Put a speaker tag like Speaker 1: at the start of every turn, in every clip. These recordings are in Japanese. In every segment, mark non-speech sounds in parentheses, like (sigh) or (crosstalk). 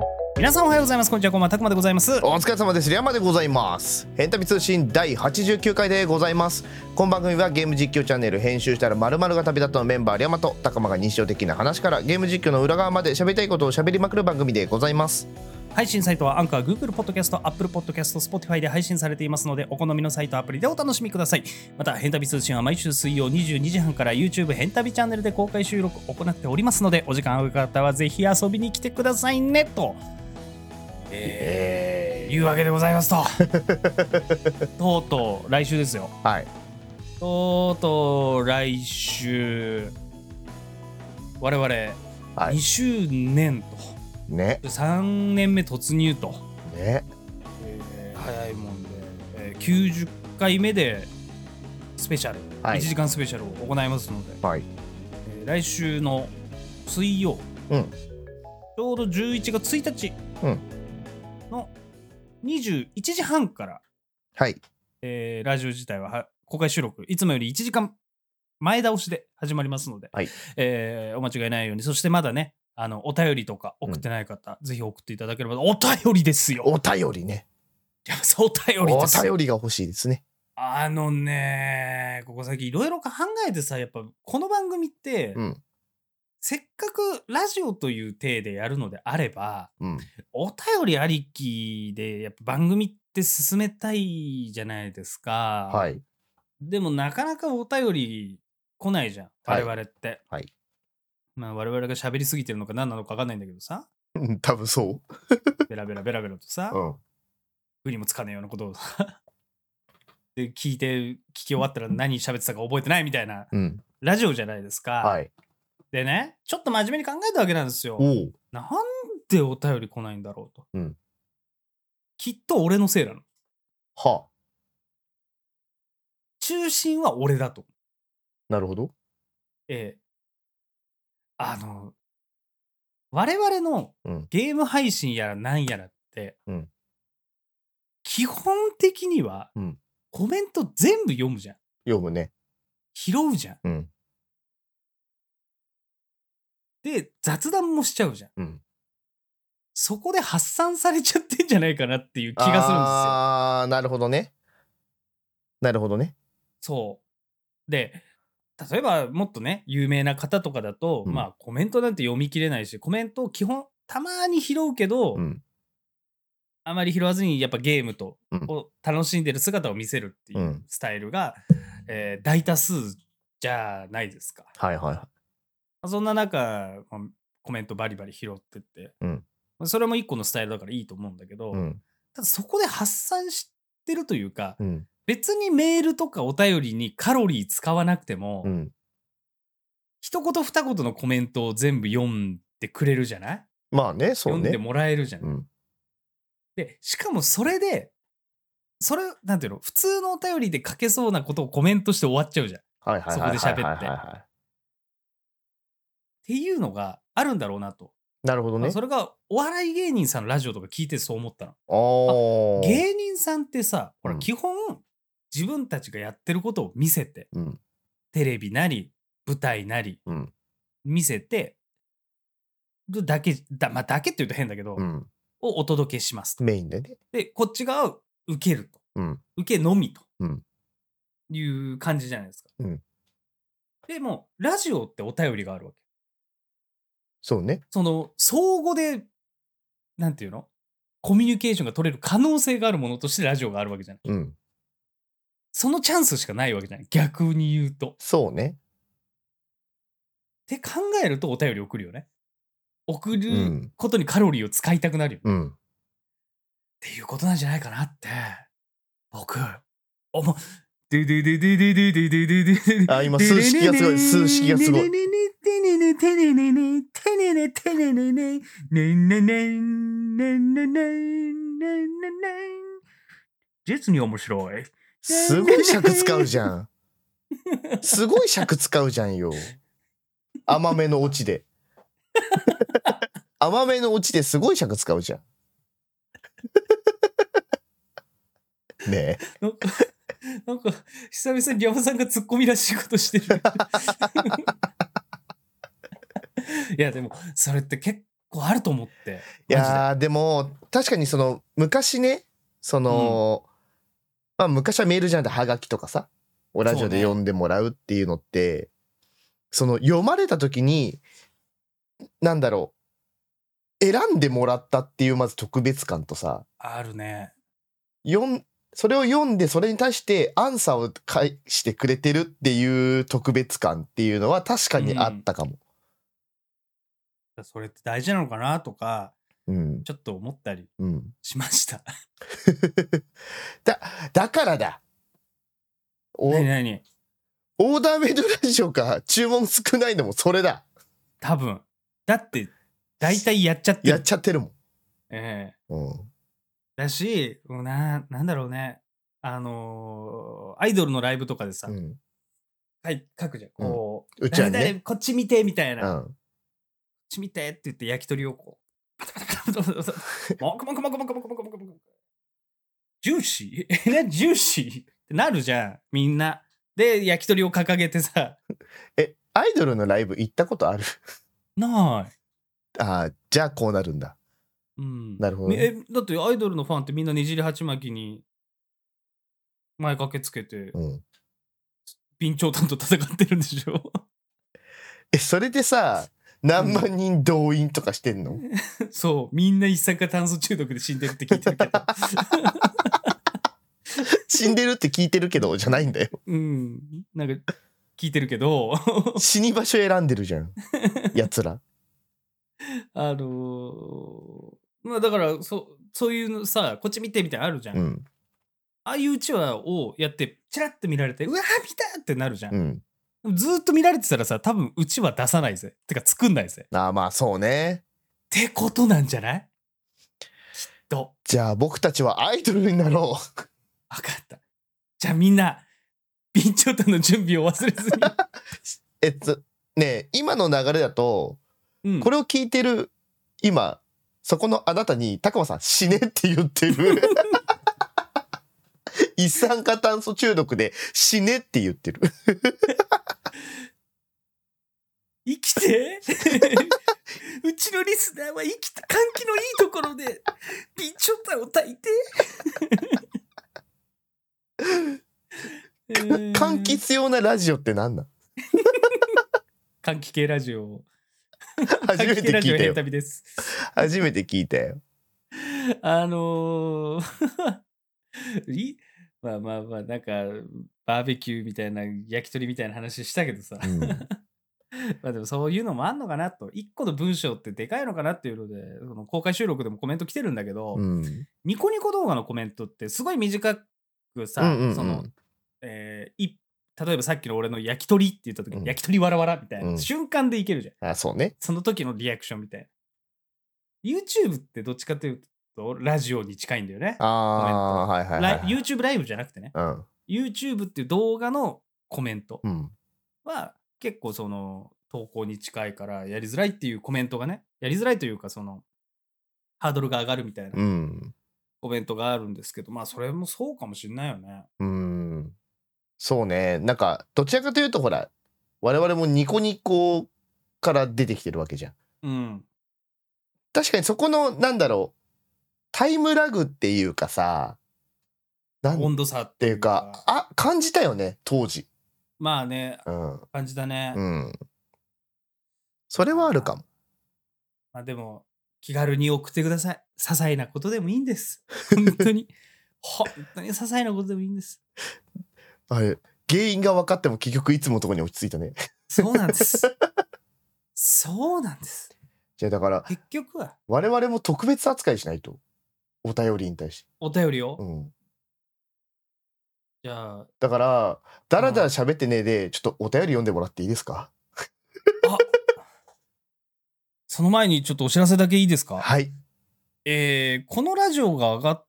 Speaker 1: ございます。こんにちは、こんばんは、たくまでございます。
Speaker 2: お疲れ様です。リアマでございます。エンタメ通信第89回でございます。この番組はゲーム実況チャンネル編集したら〇〇が旅立ったのメンバーリアマと高間が日常的な話からゲーム実況の裏側まで喋りたいことを喋りまくる番組でございます。
Speaker 1: 配信サイトはアンカー、Google ポッドキャスト、Apple ポッドキャスト、Spotify で配信されていますので、お好みのサイトアプリでお楽しみください。また、ヘンタビ通信は毎週水曜22時半から YouTube ヘンタビチャンネルで公開収録を行っておりますので、お時間ある方はぜひ遊びに来てくださいね、と。えー、いうわけでございますと。 (laughs) とうとう、来週ですよ。
Speaker 2: はい。
Speaker 1: とうとう、来週、我々、
Speaker 2: はい
Speaker 1: 2周年と。
Speaker 2: ね。
Speaker 1: 3年目突入と、
Speaker 2: ね。
Speaker 1: 早いもんで、えー90回目でスペシャル、
Speaker 2: はい
Speaker 1: 1時間スペシャルを行いますので、
Speaker 2: はい。
Speaker 1: えー来週の水曜
Speaker 2: うん。
Speaker 1: ちょうど11月1日
Speaker 2: うん
Speaker 1: の21時半から、
Speaker 2: はい。
Speaker 1: えーラジオ自体はは公開収録いつもより1時間前倒しで始まりますので、
Speaker 2: はい
Speaker 1: えーお間違いないようにそしてまだねあのお便りとか送ってない方、ぜひ送っていただければお便りですよ
Speaker 2: お便りね。
Speaker 1: 山さんお便り
Speaker 2: お
Speaker 1: です
Speaker 2: 便りが欲しいですね。
Speaker 1: あのねここ最近いろいろ考えてさやっぱこの番組って、
Speaker 2: うん。
Speaker 1: せっかくラジオという体でやるのであれば
Speaker 2: うん。
Speaker 1: お便りありきでやっぱ番組って進めたいじゃないですか、
Speaker 2: はい。
Speaker 1: でもなかなかお便り来ないじゃん
Speaker 2: は
Speaker 1: 我
Speaker 2: い
Speaker 1: 々って、
Speaker 2: はい
Speaker 1: まあ我々が喋りすぎてるのか何なのか分かんないんだけどさ (laughs)
Speaker 2: うん多分そ
Speaker 1: ベラベラベラベラとさ、
Speaker 2: う。うん。
Speaker 1: うにもつかねえようなことを (laughs) で聞いて聞き終わったら何喋ってたか覚えてないみたいな
Speaker 2: うん。
Speaker 1: ラジオじゃないですか、
Speaker 2: はい。
Speaker 1: でねちょっと真面目に考えたわけなんですよ
Speaker 2: おお。
Speaker 1: なんでお便り来ないんだろうと、
Speaker 2: うん
Speaker 1: きっと俺のせいなの
Speaker 2: はあ。
Speaker 1: 中心は俺だと
Speaker 2: なるほど。
Speaker 1: ええあの我々の
Speaker 2: うん
Speaker 1: ゲーム配信やらなんやらって、
Speaker 2: うん
Speaker 1: 基本的には、
Speaker 2: うん
Speaker 1: コメント全部読むじゃん
Speaker 2: 読むね。
Speaker 1: 拾うじゃん
Speaker 2: うん。
Speaker 1: で雑談もしちゃうじゃん、
Speaker 2: うん
Speaker 1: そこで発散されちゃってんじゃないかなっていう気がするんですよ
Speaker 2: ああ、なるほどね。なるほどね。
Speaker 1: そうで例えばもっとね有名な方とかだと、
Speaker 2: うん
Speaker 1: まあコメントなんて読み切れないしコメントを基本たまに拾うけど、
Speaker 2: うん。
Speaker 1: あまり拾わずにやっぱゲームと、
Speaker 2: うん
Speaker 1: を楽しんでる姿を見せるっていううんスタイルが、えー大多数じゃないですか。
Speaker 2: はいはいは
Speaker 1: そんな中まあコメントバリバリ拾ってって、
Speaker 2: うん
Speaker 1: それも一個のスタイルだからいいと思うんだけど、
Speaker 2: い。うん。
Speaker 1: ただそこで発散してるというか
Speaker 2: うん。
Speaker 1: 別にメールとかお便りにカロリー使わなくても、
Speaker 2: うん。
Speaker 1: 一言二言のコメントを全部読んでくれるじゃない、
Speaker 2: まあね、そう
Speaker 1: 読ん
Speaker 2: ね
Speaker 1: で。もらえるじゃない、
Speaker 2: うん。
Speaker 1: でしかもそれでそれなんていうの普通のお便りで書けそうなことをコメントして終わっちゃうじゃんっ
Speaker 2: はいはいはいはい
Speaker 1: そこ
Speaker 2: は
Speaker 1: で
Speaker 2: い
Speaker 1: 喋
Speaker 2: は
Speaker 1: っ
Speaker 2: い
Speaker 1: て
Speaker 2: は
Speaker 1: ていうのがあるんだろうなと、
Speaker 2: い。なるほどね。
Speaker 1: それがお笑い芸人さんのラジオとか聞いてそう思ったの
Speaker 2: おー。
Speaker 1: 芸人さんってさほら
Speaker 2: うん
Speaker 1: 基本、自分たちがやってることを見せて
Speaker 2: うん。
Speaker 1: テレビなり舞台なり
Speaker 2: うん。
Speaker 1: 見せてだけだ,、まあ、だけって言うと変だけど、
Speaker 2: うん。
Speaker 1: をお届けしますと
Speaker 2: メインでね。
Speaker 1: でこっち側を受けると
Speaker 2: うん。
Speaker 1: 受けのみと、
Speaker 2: うん
Speaker 1: いう感じじゃないですか。
Speaker 2: うん
Speaker 1: でもラジオってお便りがあるわけ。
Speaker 2: そうね。
Speaker 1: その相互でなんていうのコミュニケーションが取れる可能性があるものとしてラジオがあるわけじゃない。
Speaker 2: うん。
Speaker 1: そのチャンスしかないわけじゃない逆に言うと。っ
Speaker 2: そうね。
Speaker 1: て考えるとお便り送るよね。送
Speaker 2: う
Speaker 1: る
Speaker 2: ん。
Speaker 1: ことにカロリーを使いたくなるよ、っ
Speaker 2: うん。
Speaker 1: ていうことなんじゃないかなって僕思う。ドゥドゥドゥドゥドゥドゥドゥドゥドゥドゥ
Speaker 2: あ、今、数式がすごい。数式がすごい。
Speaker 1: 実に面白い。
Speaker 2: すごい尺使うじゃん。すごい尺使うじゃんよ。甘めのオチで。甘めのオチですごい尺使うじゃん。ねえ。
Speaker 1: なんか、なんか、久々に山さんがツッコミらしいことしてる。いや、でも、それって結構あると思って。
Speaker 2: いやーでも確かにその昔ねその、まあ昔はメールじゃなくてはがきとかさおラジオで
Speaker 1: そうね
Speaker 2: 読んでもらうっていうのってそ,、の読まれた時になんだろう選んでもらったっていうまず特別感とさ
Speaker 1: あるね。
Speaker 2: 読んそれを読んでそれに対してアンサーを返してくれてるっていう特別感っていうのは確かにあったかも。
Speaker 1: それって大事なのかなとか、
Speaker 2: うん
Speaker 1: ちょっと思ったり
Speaker 2: うん、
Speaker 1: しました。
Speaker 2: (laughs) だだからだお
Speaker 1: 何何
Speaker 2: オーダーメイドラジオか注文少ないのもそれだ
Speaker 1: 多分。だって、大体やっちゃってる
Speaker 2: やっちゃってるも
Speaker 1: ええ
Speaker 2: ん、うん、
Speaker 1: だし、もうな、なんだろうね。あのーアイドルのライブとかでさ、
Speaker 2: うん、
Speaker 1: はい、書くじゃん。こう、
Speaker 2: うちは
Speaker 1: 誰々
Speaker 2: ね
Speaker 1: こっち見てみたいうな。こっ
Speaker 2: ん
Speaker 1: ち見てって言って焼き鳥をこう、パタパタパタパタパタ。もくもくもくもくもくもくもくもく。ジューシーえ、なジューシーってなるじゃん、みんな。で、焼き鳥を掲げてさ、
Speaker 2: えアイドルのライブ行ったことある
Speaker 1: な
Speaker 2: あーじゃあこうなるんだ
Speaker 1: い。うん。
Speaker 2: なるほどね
Speaker 1: え、だってアイドルのファンってみんなねじり鉢巻きに前掛けつけて、
Speaker 2: うん
Speaker 1: 備長炭と戦ってるんでしょ (laughs)
Speaker 2: えそれでさ何万人動員とかしてんの、
Speaker 1: そう、みんな一酸化炭素中毒で死んでるって聞いて
Speaker 2: (laughs)
Speaker 1: るけど。
Speaker 2: 死んでるって聞いてるけどじゃないん (laughs) だよ
Speaker 1: うん、なんか聞いてるけど、 (laughs)
Speaker 2: 死に場所選んでるじゃんやつら
Speaker 1: あのーまあだからそ、そういうのさ、こっち見てみたいなのあるじゃん。
Speaker 2: う
Speaker 1: あ
Speaker 2: ん
Speaker 1: あいううちわをやって、チラッと見られて、うわー、見たってなるじゃん。
Speaker 2: うん
Speaker 1: ずーっと見られてたらさ、多分うちわ出さないぜ。てか作んないぜ。っ
Speaker 2: あーまあそうね
Speaker 1: てことなんじゃないきっと。
Speaker 2: じゃあ僕たちはアイドルになろう
Speaker 1: わかった。じゃあみんな、備長炭の準備を忘れず
Speaker 2: えっとねえ今の流れだと (laughs)
Speaker 1: に。うん、
Speaker 2: これを聞いてる今そこのあなたにたくまさん死ねって言って
Speaker 1: (laughs)
Speaker 2: る一酸化炭素中毒で死ねって言ってる
Speaker 1: 生きて (laughs) うちのリスナーは生きた換気のいいところで備長炭を炊いてえ
Speaker 2: (laughs)
Speaker 1: ー
Speaker 2: 換気必要なラジオって何なん
Speaker 1: 換気系ラジオ
Speaker 2: 初め
Speaker 1: 換気系
Speaker 2: て
Speaker 1: ラジ
Speaker 2: 聞
Speaker 1: オ
Speaker 2: いた
Speaker 1: ヘン
Speaker 2: よ
Speaker 1: タビです
Speaker 2: 初めて聞いたよ
Speaker 1: (laughs) あのー (laughs) いまあまあまあなんかバーベキューみたいな焼き鳥みたいな話したけどさ、 (laughs)
Speaker 2: うん
Speaker 1: まあでもそういうのもあんのかなと一個の文章ってでかいのかなっていうのでその公開収録でもコメント来てるんだけど、 (laughs)
Speaker 2: うん
Speaker 1: ニコニコ動画のコメントってすごい短くさ、
Speaker 2: うんうんうん
Speaker 1: その、えーい例えばさっきの俺の焼き鳥って言った時に、
Speaker 2: うん
Speaker 1: 焼き鳥わらわらみたいな、
Speaker 2: うん
Speaker 1: 瞬間でいけるじゃん。
Speaker 2: あそうね
Speaker 1: その時のリアクションみたいな。YouTube ってどっちかというとラジオに近いんだよね。
Speaker 2: あーはいはいはい、
Speaker 1: ライ YouTube ライブじゃなくてね。
Speaker 2: うん
Speaker 1: YouTube っていう動画のコメント
Speaker 2: うん
Speaker 1: は結構その投稿に近いからやりづらいっていうコメントがね、やりづらいというかそのハードルが上がるみたいな
Speaker 2: うん
Speaker 1: コメントがあるんですけど、まあそれもそうかもしんないよね。
Speaker 2: うんそうねなんかどちらかというとほら我々もニコニコから出てきてるわけじゃん
Speaker 1: うん。
Speaker 2: 確かにそこのなんだろうタイムラグっていうかさなんっ
Speaker 1: 温度差って
Speaker 2: いうかあ感じたよね当時
Speaker 1: まあね、
Speaker 2: うん、
Speaker 1: 感じだね。
Speaker 2: うん、それはあるかも
Speaker 1: まあでも、気軽に送ってください。些細なことでもいいんです。本当に。本当に些細なことでもいいんです。
Speaker 2: あれ原因が分かっても結局いつものとこに落ち着いたね
Speaker 1: そうなん
Speaker 2: (laughs)
Speaker 1: です。そうなんです。
Speaker 2: じゃあだから
Speaker 1: 結局は、
Speaker 2: 我々も特別扱いしないとお便りに対して、
Speaker 1: お便りを。
Speaker 2: うん、
Speaker 1: じゃあ、
Speaker 2: だからだらだら喋ってねえでちょっとお便り読んでもらっていいですか
Speaker 1: あその前にちょっとお知らせだけいいですか
Speaker 2: はい
Speaker 1: えー、このラジオが上がっ、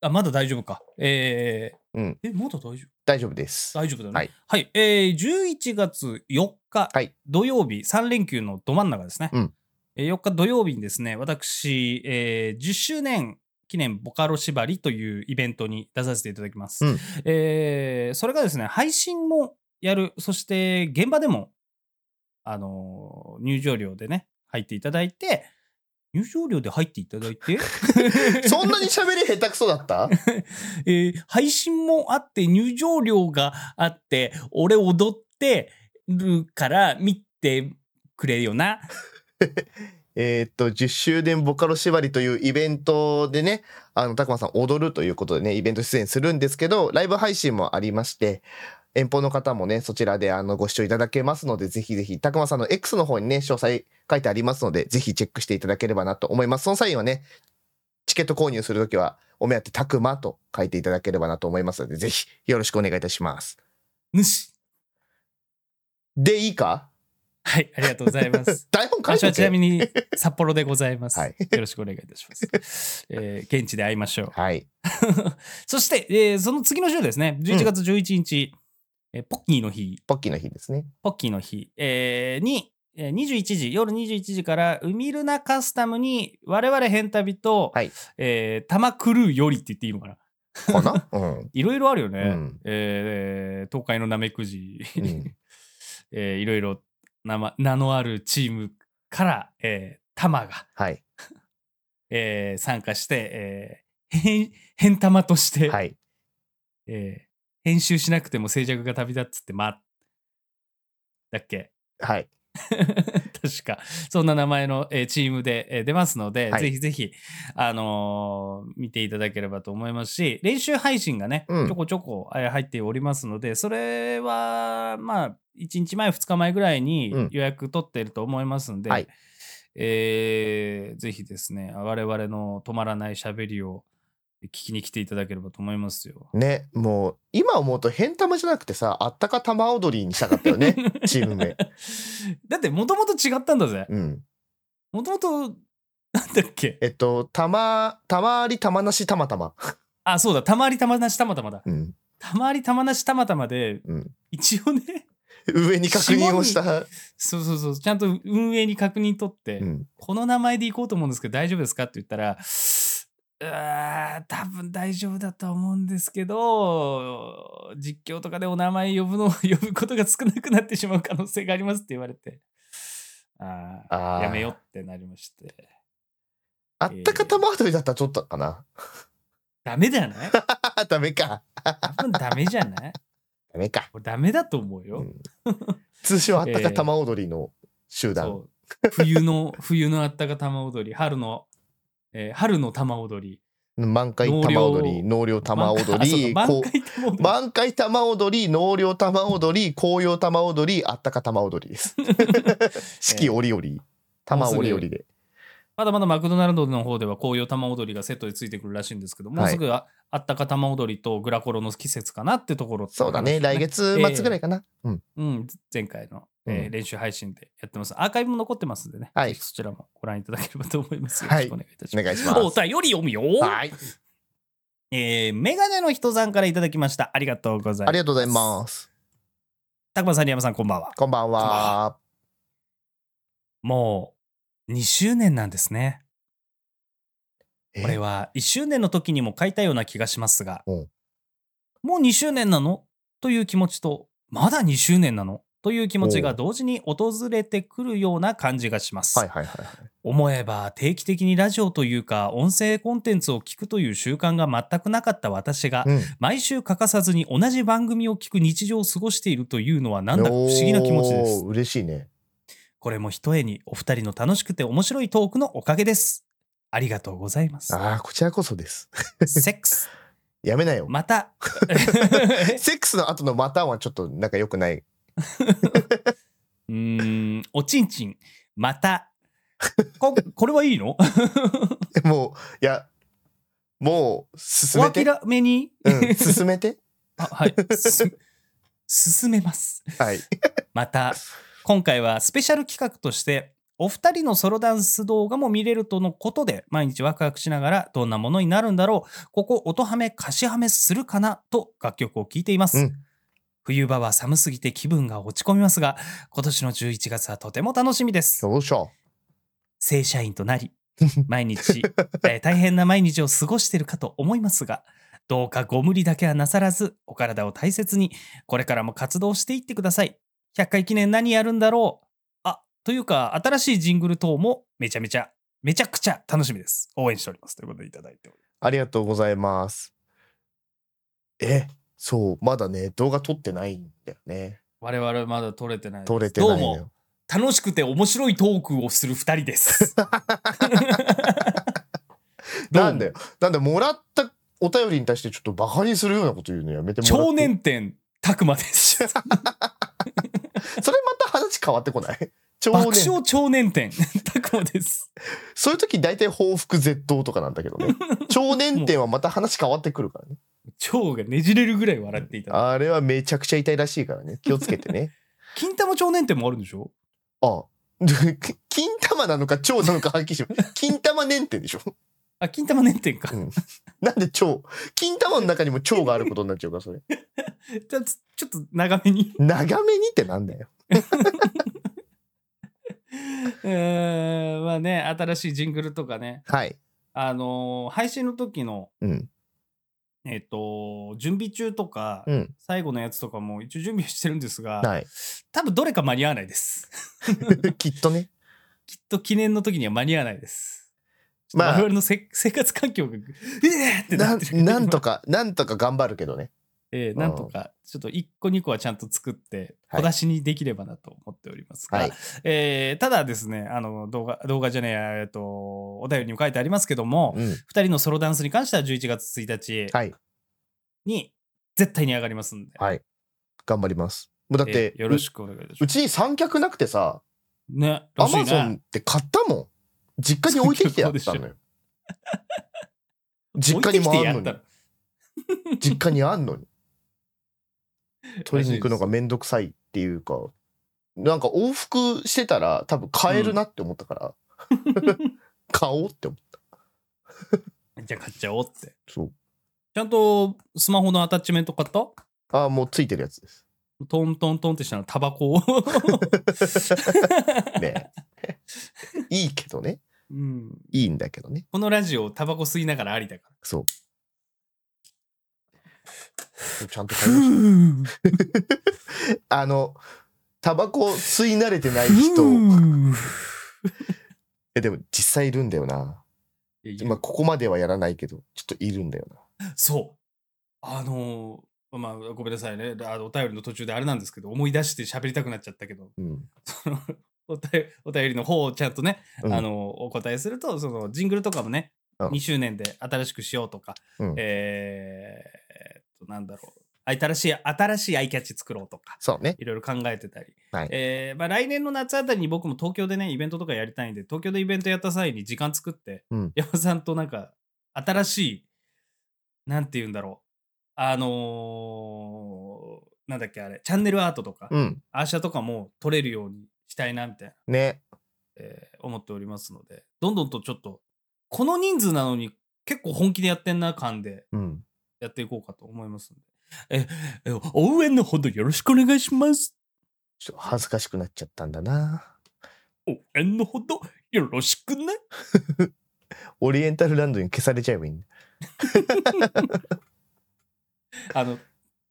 Speaker 1: あ、まだ大丈夫か。えー、
Speaker 2: うん
Speaker 1: え、まだ大丈夫
Speaker 2: 大丈夫です (laughs)
Speaker 1: 大丈夫だよね。は
Speaker 2: はいい。
Speaker 1: えー、11月4日、
Speaker 2: はい
Speaker 1: 土曜日、3連休のど真ん中ですね。
Speaker 2: うん
Speaker 1: えー4日土曜日にですね、私、えー10周年記念ボカロ縛りというイベントに出させていただきます。
Speaker 2: うん
Speaker 1: えーそれがですね、配信もやる、そして現場でも、あのー入場料でね、入っていただいて、入場料で入っていただい
Speaker 2: (laughs)
Speaker 1: て、
Speaker 2: そんなに喋り下手くそだった
Speaker 1: えー配信もあって入場料があって俺踊ってるから見てくれよな。
Speaker 2: えーっと10周年ボカロ縛りというイベントでねあのたくまさん踊るということでねイベント出演するんですけどライブ配信もありまして遠方の方もねそちらであのご視聴いただけますのでぜひぜひたくまさんの X の方にね詳細書いてありますのでぜひチェックしていただければなと思いますその際はねチケット購入するときはお目当てたくまと書いていただければなと思いますのでぜひよろしくお願いいたします
Speaker 1: 主。
Speaker 2: でいいか
Speaker 1: はい、ありがとうござい
Speaker 2: (laughs)
Speaker 1: ます。
Speaker 2: 台本書い
Speaker 1: 私
Speaker 2: て
Speaker 1: はちなみに札幌でございます。
Speaker 2: はい
Speaker 1: よろしくお願いいたします。えー現地で会いましょう。
Speaker 2: はい
Speaker 1: そして、えーその次の週ですね、11月11日、えーポッキーの日、
Speaker 2: ポッキーの日ですね
Speaker 1: ポッキーの日、えーに、えー21時、夜21時から、海ルナカスタムに、我々変旅と、
Speaker 2: はい
Speaker 1: えー玉クルーよりって言っていいのかな。
Speaker 2: かなうん
Speaker 1: いろいろあるよね。
Speaker 2: うん
Speaker 1: えー東海のなめくじ、
Speaker 2: うん
Speaker 1: (laughs) えーいろいろ名ま名のあるチームから、えー、玉が、
Speaker 2: はい
Speaker 1: えー参加して、えー、変変玉として、
Speaker 2: はい
Speaker 1: えー編集しなくても静寂が旅立つって、ま、だっけ
Speaker 2: はい
Speaker 1: (laughs) 確か、そんな名前の、えーチームで、えー出ますので、
Speaker 2: はい
Speaker 1: ぜひぜひ、あのー見ていただければと思いますし、練習配信がね、
Speaker 2: うん
Speaker 1: ちょこちょこ、えー入っておりますので、それは、まあ、1日前、2日前ぐらいに
Speaker 2: うん
Speaker 1: 予約取ってると思いますんで、
Speaker 2: はい
Speaker 1: えーぜひですね、我々の止まらない喋りを聞きに来ていただければと思いますよ。
Speaker 2: ねもう今思うと変玉じゃなくてさあったか玉踊りにしたかったよ
Speaker 1: (laughs)
Speaker 2: ねチーム名
Speaker 1: だってもともと違ったんだぜ
Speaker 2: うん
Speaker 1: もともとなんだっけ
Speaker 2: えっと玉玉あり玉なし玉玉
Speaker 1: あそうだたまりたまなしたまたまだ
Speaker 2: うん
Speaker 1: たまりたまなしたまたまで、
Speaker 2: うん
Speaker 1: 一応ね (laughs)
Speaker 2: 上に確認をした、
Speaker 1: そうそうそうちゃんと運営に確認取って、
Speaker 2: うん、
Speaker 1: この名前で行こうと思うんですけど大丈夫ですかって言ったらうーん多分大丈夫だと思うんですけど実況とかでお名前呼ぶの (laughs) 呼ぶことが少なくなってしまう可能性がありますって言われてあー
Speaker 2: あー
Speaker 1: やめようってなりまして
Speaker 2: あったか玉踊りだったらちょっとかな、
Speaker 1: ダメじゃない
Speaker 2: あダメか
Speaker 1: 多分ダメじゃない
Speaker 2: ダメか、
Speaker 1: これダメだと思うよ。
Speaker 2: うん、通称あったか玉踊りの集団、
Speaker 1: そう冬の冬のあったか玉踊り春の、えー春の玉踊り
Speaker 2: 満開玉踊り納涼玉踊り
Speaker 1: 満開あそう
Speaker 2: こ
Speaker 1: 満開玉踊
Speaker 2: う
Speaker 1: り、
Speaker 2: 満開玉踊り納涼玉踊り紅葉玉踊りあったか玉踊りです
Speaker 1: (laughs)
Speaker 2: 四季折々玉折々で
Speaker 1: まだまだマクドナルドの方では紅葉玉踊りがセットでついてくるらしいんですけどもうすぐあ,、ったか玉踊りとグラコロの季節かなってところって
Speaker 2: そうだね、
Speaker 1: 話を
Speaker 2: 来月末ぐらいかな。うん。
Speaker 1: うん、前回の、えー
Speaker 2: うん
Speaker 1: 練習配信でやってますアーカイブも残ってますんでね、
Speaker 2: はい
Speaker 1: ぜひそちらもご覧いただければと思いますよ
Speaker 2: は
Speaker 1: ろ
Speaker 2: い
Speaker 1: しくお願いいたし
Speaker 2: お
Speaker 1: ます、
Speaker 2: 願いしま
Speaker 1: お
Speaker 2: す。
Speaker 1: 便り読むよ
Speaker 2: はい。
Speaker 1: えー、メガネの人さんからいただきました。ありがとうござい
Speaker 2: あ
Speaker 1: ま
Speaker 2: り
Speaker 1: す。
Speaker 2: がとうございます。
Speaker 1: たくまさん、りやまさん、こんばんは。
Speaker 2: こんばんは。
Speaker 1: もう、2周年なんですね。
Speaker 2: え
Speaker 1: これは、1周年の時にも書いたような気がしますが、
Speaker 2: うん
Speaker 1: もう2周年なのという気持ちと、まだ2周年なのという気持ち
Speaker 2: お
Speaker 1: が
Speaker 2: う
Speaker 1: 同時に訪れてくるような感じがします。
Speaker 2: はいはいはい。
Speaker 1: 思えば定期的にラジオというか音声コンテンツを聞くという習慣が全くなかった私が
Speaker 2: うん
Speaker 1: 毎週欠かさずに同じ番組を聞く日常を過ごしているというのはなんだか不
Speaker 2: おー
Speaker 1: 思議な気持ちです。
Speaker 2: 嬉しいね。
Speaker 1: これもひとえにお二人の楽しくて面白いトークのおかげです。ありがとうございます。
Speaker 2: ああ、こちらこそです。
Speaker 1: セックス。
Speaker 2: やめなよ。
Speaker 1: また。
Speaker 2: セックスの後のまたはちょっとなんか良くない。 (laughs)
Speaker 1: うーん、おちんちん。また。ここれはいいの
Speaker 2: もう、いや、もう、進
Speaker 1: お
Speaker 2: めて。
Speaker 1: 諦めに、
Speaker 2: うん、進めて。
Speaker 1: あはい。す進めます。
Speaker 2: はい。
Speaker 1: また今回はスペシャル企画としてお二人のソロダンス動画も見れるとのことで毎日ワクワクしながらどんなものになるんだろうここ音ハメ歌詞ハメするかなと楽曲を聴いています、
Speaker 2: うん
Speaker 1: 冬場は寒すぎて気分が落ち込みますが今年の11月はとても楽しみです
Speaker 2: よいしょ。
Speaker 1: 正社員となり毎日、
Speaker 2: (laughs)
Speaker 1: えー大変な毎日を過ごしているかと思いますがどうかご無理だけはなさらずお体を大切にこれからも活動していってください100回記念何やるんだろうあというか新しいジングル等もめちゃめちゃめちゃくちゃ楽しみです。応援しております。ということでいただいており
Speaker 2: ありがとうございます。え、そう、まだね、動画撮ってないんだよね。
Speaker 1: ます。我々まだ撮れてないです
Speaker 2: 撮れてない
Speaker 1: ど
Speaker 2: の
Speaker 1: うも
Speaker 2: よ。
Speaker 1: 楽しくて面白いトークをする二人です。どうも
Speaker 2: (laughs) なんだよ。なんで、もらったお便りに対してちょっとバカにするようなこと言うのやめてもらって。
Speaker 1: 超年点たくまです。
Speaker 2: それまた話変わってこない超
Speaker 1: 爆
Speaker 2: 年。
Speaker 1: 笑超年点た (laughs) くまです。
Speaker 2: そういう時大体報復絶倒とかなんだけど
Speaker 1: (laughs)
Speaker 2: ね。超年点はまた話変わってくるからね。
Speaker 1: 腸がねじれるぐらい笑っていただい
Speaker 2: あれはめちゃくちゃ痛いらしいか
Speaker 1: (laughs)
Speaker 2: らね。気をつけてね。
Speaker 1: て。金玉超年点もあるんでしょ
Speaker 2: ああ。 (laughs) でき金玉なのか蝶なのかはっきりしない金玉年点でしょ
Speaker 1: あ、金玉年点か。
Speaker 2: うんなんで蝶金玉の中にも蝶があることになっちゃうから
Speaker 1: (laughs)
Speaker 2: それ
Speaker 1: じゃあつちょっと長めに。
Speaker 2: 長めにってなんだよ
Speaker 1: (laughs) うーんまあね、新しいジングルとかね、
Speaker 2: はい
Speaker 1: あのー配信の時の、
Speaker 2: うん
Speaker 1: えっ、と、準備中とか、
Speaker 2: うん
Speaker 1: 最後のやつとかも一応準備してるんですが、
Speaker 2: はい (laughs)
Speaker 1: 多分どれか間に合わないです。 (laughs)
Speaker 2: きっとね
Speaker 1: きっと記念の時には間に合わないです。
Speaker 2: まあ
Speaker 1: 我々のせ生活環境が、うえ (laughs) ーってな
Speaker 2: な
Speaker 1: ってる。
Speaker 2: なんとかなんとか頑張るけどね
Speaker 1: えーなんとか、ちょっと1個2個はちゃんと作って、
Speaker 2: はい
Speaker 1: 小出しにできればなと思っておりますが、
Speaker 2: はい
Speaker 1: えーただですね、あの動画、動画じゃねえや、えっと、お便りにも書いてありますけども、
Speaker 2: うん
Speaker 1: 2人のソロダンスに関しては11月1日
Speaker 2: はい
Speaker 1: に絶対に上がりますんで、
Speaker 2: はい頑張りますもうだっ
Speaker 1: え
Speaker 2: て
Speaker 1: ーよろしくお願いいたし
Speaker 2: う
Speaker 1: ま
Speaker 2: う
Speaker 1: す。
Speaker 2: ちに三脚なくてさ
Speaker 1: ね、
Speaker 2: ア
Speaker 1: らしい
Speaker 2: マゾ
Speaker 1: ね
Speaker 2: ン。って買ったもん実家に置いてきてやっ
Speaker 1: (laughs)
Speaker 2: たのよ実家にもあ
Speaker 1: 置いてきてや
Speaker 2: ん
Speaker 1: った
Speaker 2: のに実家にあんのに取りに行くのがめんどくさいっていうかなんか往復してたら多分買えるなって思ったから、 (laughs) 買おうって思っ
Speaker 1: じゃあ買っちゃおうって。
Speaker 2: たそう
Speaker 1: ちゃんとスマホのアタッチメント買った
Speaker 2: ああもうついてるやつです
Speaker 1: トントントンってしたのタバコを。 (laughs)
Speaker 2: ねいいけどね
Speaker 1: うん、
Speaker 2: いいんだけどね
Speaker 1: このラジオタバコ吸いながらありだから。
Speaker 2: そうちゃんと買いましたあのタバコ吸い慣れてない人えでも実際いるんだよない
Speaker 1: やいや
Speaker 2: まあ、ここまではやらないけど、ちょっといるんだよな。
Speaker 1: そう。あのーまあ、ごめんなさいね。あのお便りの途中であれなんですけど、思い出して喋りたくなっちゃったけど、 (laughs)
Speaker 2: うん。
Speaker 1: そのお便りお便りの方をちゃんとね、
Speaker 2: うん
Speaker 1: あのお答えすると、そのジングルとかもね、
Speaker 2: うん
Speaker 1: 2周年で新しくしようとか、
Speaker 2: うん
Speaker 1: えーっと、なんだろう。新しい、新しいアイキャッチ作ろうとか、
Speaker 2: そうね。
Speaker 1: いろいろ考えてたり、
Speaker 2: はい
Speaker 1: えーまあ、来年の夏あたりに僕も東京でねイベントとかやりたいんで東京でイベントやった際に時間作って、
Speaker 2: うん
Speaker 1: 山田さんとなんか新しいなんて言うんだろうあのーなんだっけあれチャンネルアートとか、
Speaker 2: うん。
Speaker 1: アーシャとかも撮れるようにしたいなみたいな、
Speaker 2: ね。
Speaker 1: えー思っておりますのでどんどんとちょっとこの人数なのに結構本気でやってんな感で
Speaker 2: うん。
Speaker 1: やっていこうかと思いますんでええ応援のほどよろしくお願いします
Speaker 2: ちょっと恥ずかしくなっちゃったんだな。
Speaker 1: 応援のほどよろしくね。
Speaker 2: オリエンタルランドに消されちゃえばいいんだ。
Speaker 1: あの、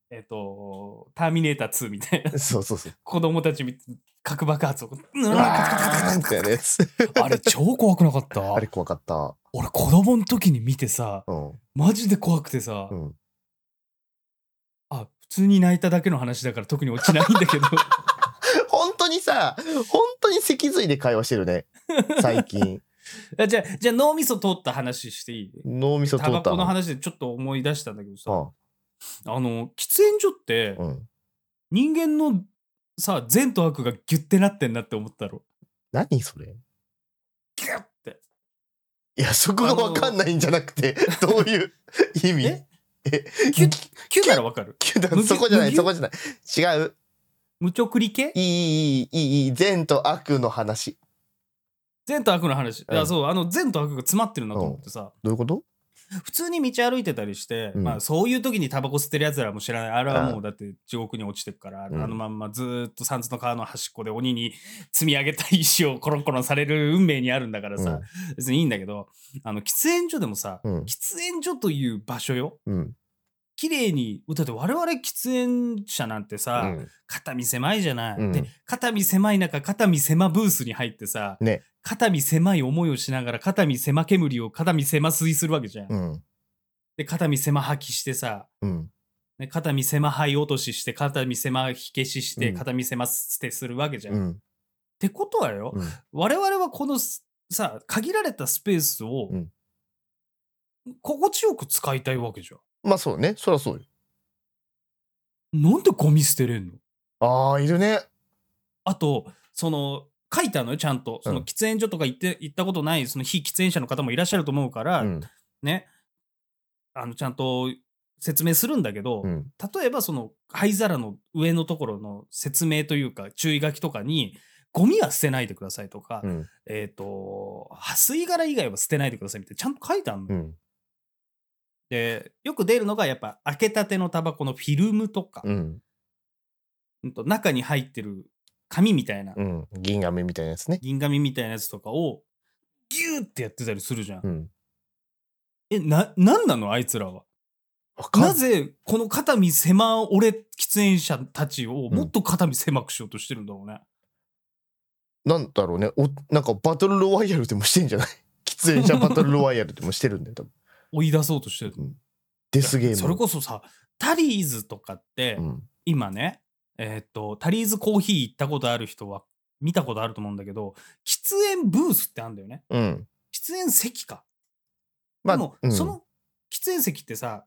Speaker 1: えっ、と、ターミネーター2みたいな、
Speaker 2: そうそうそう。
Speaker 1: 子供たちみ核爆発を、う
Speaker 2: う
Speaker 1: わ
Speaker 2: わーみたいなやつ。
Speaker 1: ーあれ超怖くなかった。
Speaker 2: あれ怖かった。
Speaker 1: 俺子供の時に見てさ、
Speaker 2: うん。
Speaker 1: マジで怖くてさ、
Speaker 2: うん。
Speaker 1: あ、普通に泣いただけの話だから特に落ちないんだ
Speaker 2: (laughs)
Speaker 1: けど、
Speaker 2: 本当にさ、本当に脊髄で会話してるね。
Speaker 1: (laughs)
Speaker 2: 最近。
Speaker 1: あじゃあ、じゃあ脳みそ通った話していい
Speaker 2: 脳みそ通
Speaker 1: タ
Speaker 2: っ
Speaker 1: バ
Speaker 2: た
Speaker 1: コの話でちょっと思い出したんだけどさ、
Speaker 2: あ
Speaker 1: あの、喫煙所って
Speaker 2: あうん。
Speaker 1: 人間のさ、善と悪がギュッてなってんなって思ったろ。
Speaker 2: 何それ
Speaker 1: ギュッて。
Speaker 2: いや、そこがわかんないんじゃなくて、どういう意味
Speaker 1: (laughs) え
Speaker 2: え、
Speaker 1: キュッ、キュッならわかる
Speaker 2: きゅだ
Speaker 1: 麦
Speaker 2: そこじゃない、
Speaker 1: 麦
Speaker 2: そこじゃない。違う。
Speaker 1: 無直理系
Speaker 2: いい、いい、いい、いい。善と悪の話。
Speaker 1: 善と悪の話、
Speaker 2: うん
Speaker 1: あそうあの善と悪が詰まってるなと思ってさ、
Speaker 2: どういうこと
Speaker 1: 普通に道歩いてたりして、
Speaker 2: うん
Speaker 1: まあ、そういう時にタバコ吸ってるやつらも知らないあれはも
Speaker 2: う
Speaker 1: うだって地獄に落ちてくから、
Speaker 2: うん
Speaker 1: あのまんまずーっと三途の川の端っこで鬼に積み上げた石をコロンコロンされる運命にあるんだからさ、別にいいんだけどあの喫煙所でもさ、
Speaker 2: うん。
Speaker 1: 喫煙所という場所よ
Speaker 2: うん。
Speaker 1: 綺麗に歌って我々喫煙者なんてさ、
Speaker 2: うん
Speaker 1: 肩身狭いじゃない、
Speaker 2: うん
Speaker 1: で肩身狭い中肩身狭ブースに入ってさ、
Speaker 2: ね
Speaker 1: 肩身狭い思いをしながら肩身狭煙を肩身狭吸いするわけじゃん、
Speaker 2: うん
Speaker 1: で肩身狭吐きしてさ
Speaker 2: うん
Speaker 1: ね肩身狭肺落としして肩身狭火消しして、
Speaker 2: うん
Speaker 1: 肩身狭捨てするわけじゃん、っ
Speaker 2: うん
Speaker 1: てことはよ、
Speaker 2: うん
Speaker 1: 我々はこのすさ限られたスペースを、
Speaker 2: うん
Speaker 1: 心地よく使いたいわけじゃ
Speaker 2: まあそうねそりゃそうよ
Speaker 1: んなんでゴミ捨てれんの
Speaker 2: あーいるね
Speaker 1: あとその書いたのよちゃんとその
Speaker 2: うん
Speaker 1: 喫煙所とか行って行ったことないその非喫煙者の方もいらっしゃると思うから、
Speaker 2: うん
Speaker 1: ねあのちゃんと説明するんだけど、
Speaker 2: うん
Speaker 1: 例えばその灰皿の上のところの説明というか注意書きとかにゴミは捨てないでくださいとか、
Speaker 2: うん
Speaker 1: えっ、と吸い殻以外は捨てないでくださいみたいなちゃんと書いてあるのよ、
Speaker 2: うん
Speaker 1: でよく出るのがやっぱ開けたてのタバコのフィルムとか、
Speaker 2: うん
Speaker 1: うんと中に入ってる紙みたいな、
Speaker 2: うん銀紙みたいなやつね
Speaker 1: 銀紙みたいなやつとかをギューってやってたりするじゃん、
Speaker 2: うん
Speaker 1: えな何なのあいつらは
Speaker 2: わかん
Speaker 1: なぜこの肩身狭俺喫煙者たちをもっと肩身狭くしようとしてるんだろうね、
Speaker 2: なんだろうねおなんかバトルロワイヤルでもしてんじゃない (laughs) 喫煙者バトルロワイヤルでもしてるんだよ多分
Speaker 1: 追い出そうとしてる
Speaker 2: デスゲーム
Speaker 1: それこそさタリーズとかって、
Speaker 2: うん
Speaker 1: 今ねえーっとタリーズコーヒー行ったことある人は見たことあると思うんだけど喫煙ブースってあるんだよね
Speaker 2: うん
Speaker 1: 喫煙席かで
Speaker 2: ま
Speaker 1: も、
Speaker 2: うん
Speaker 1: その喫煙席ってさ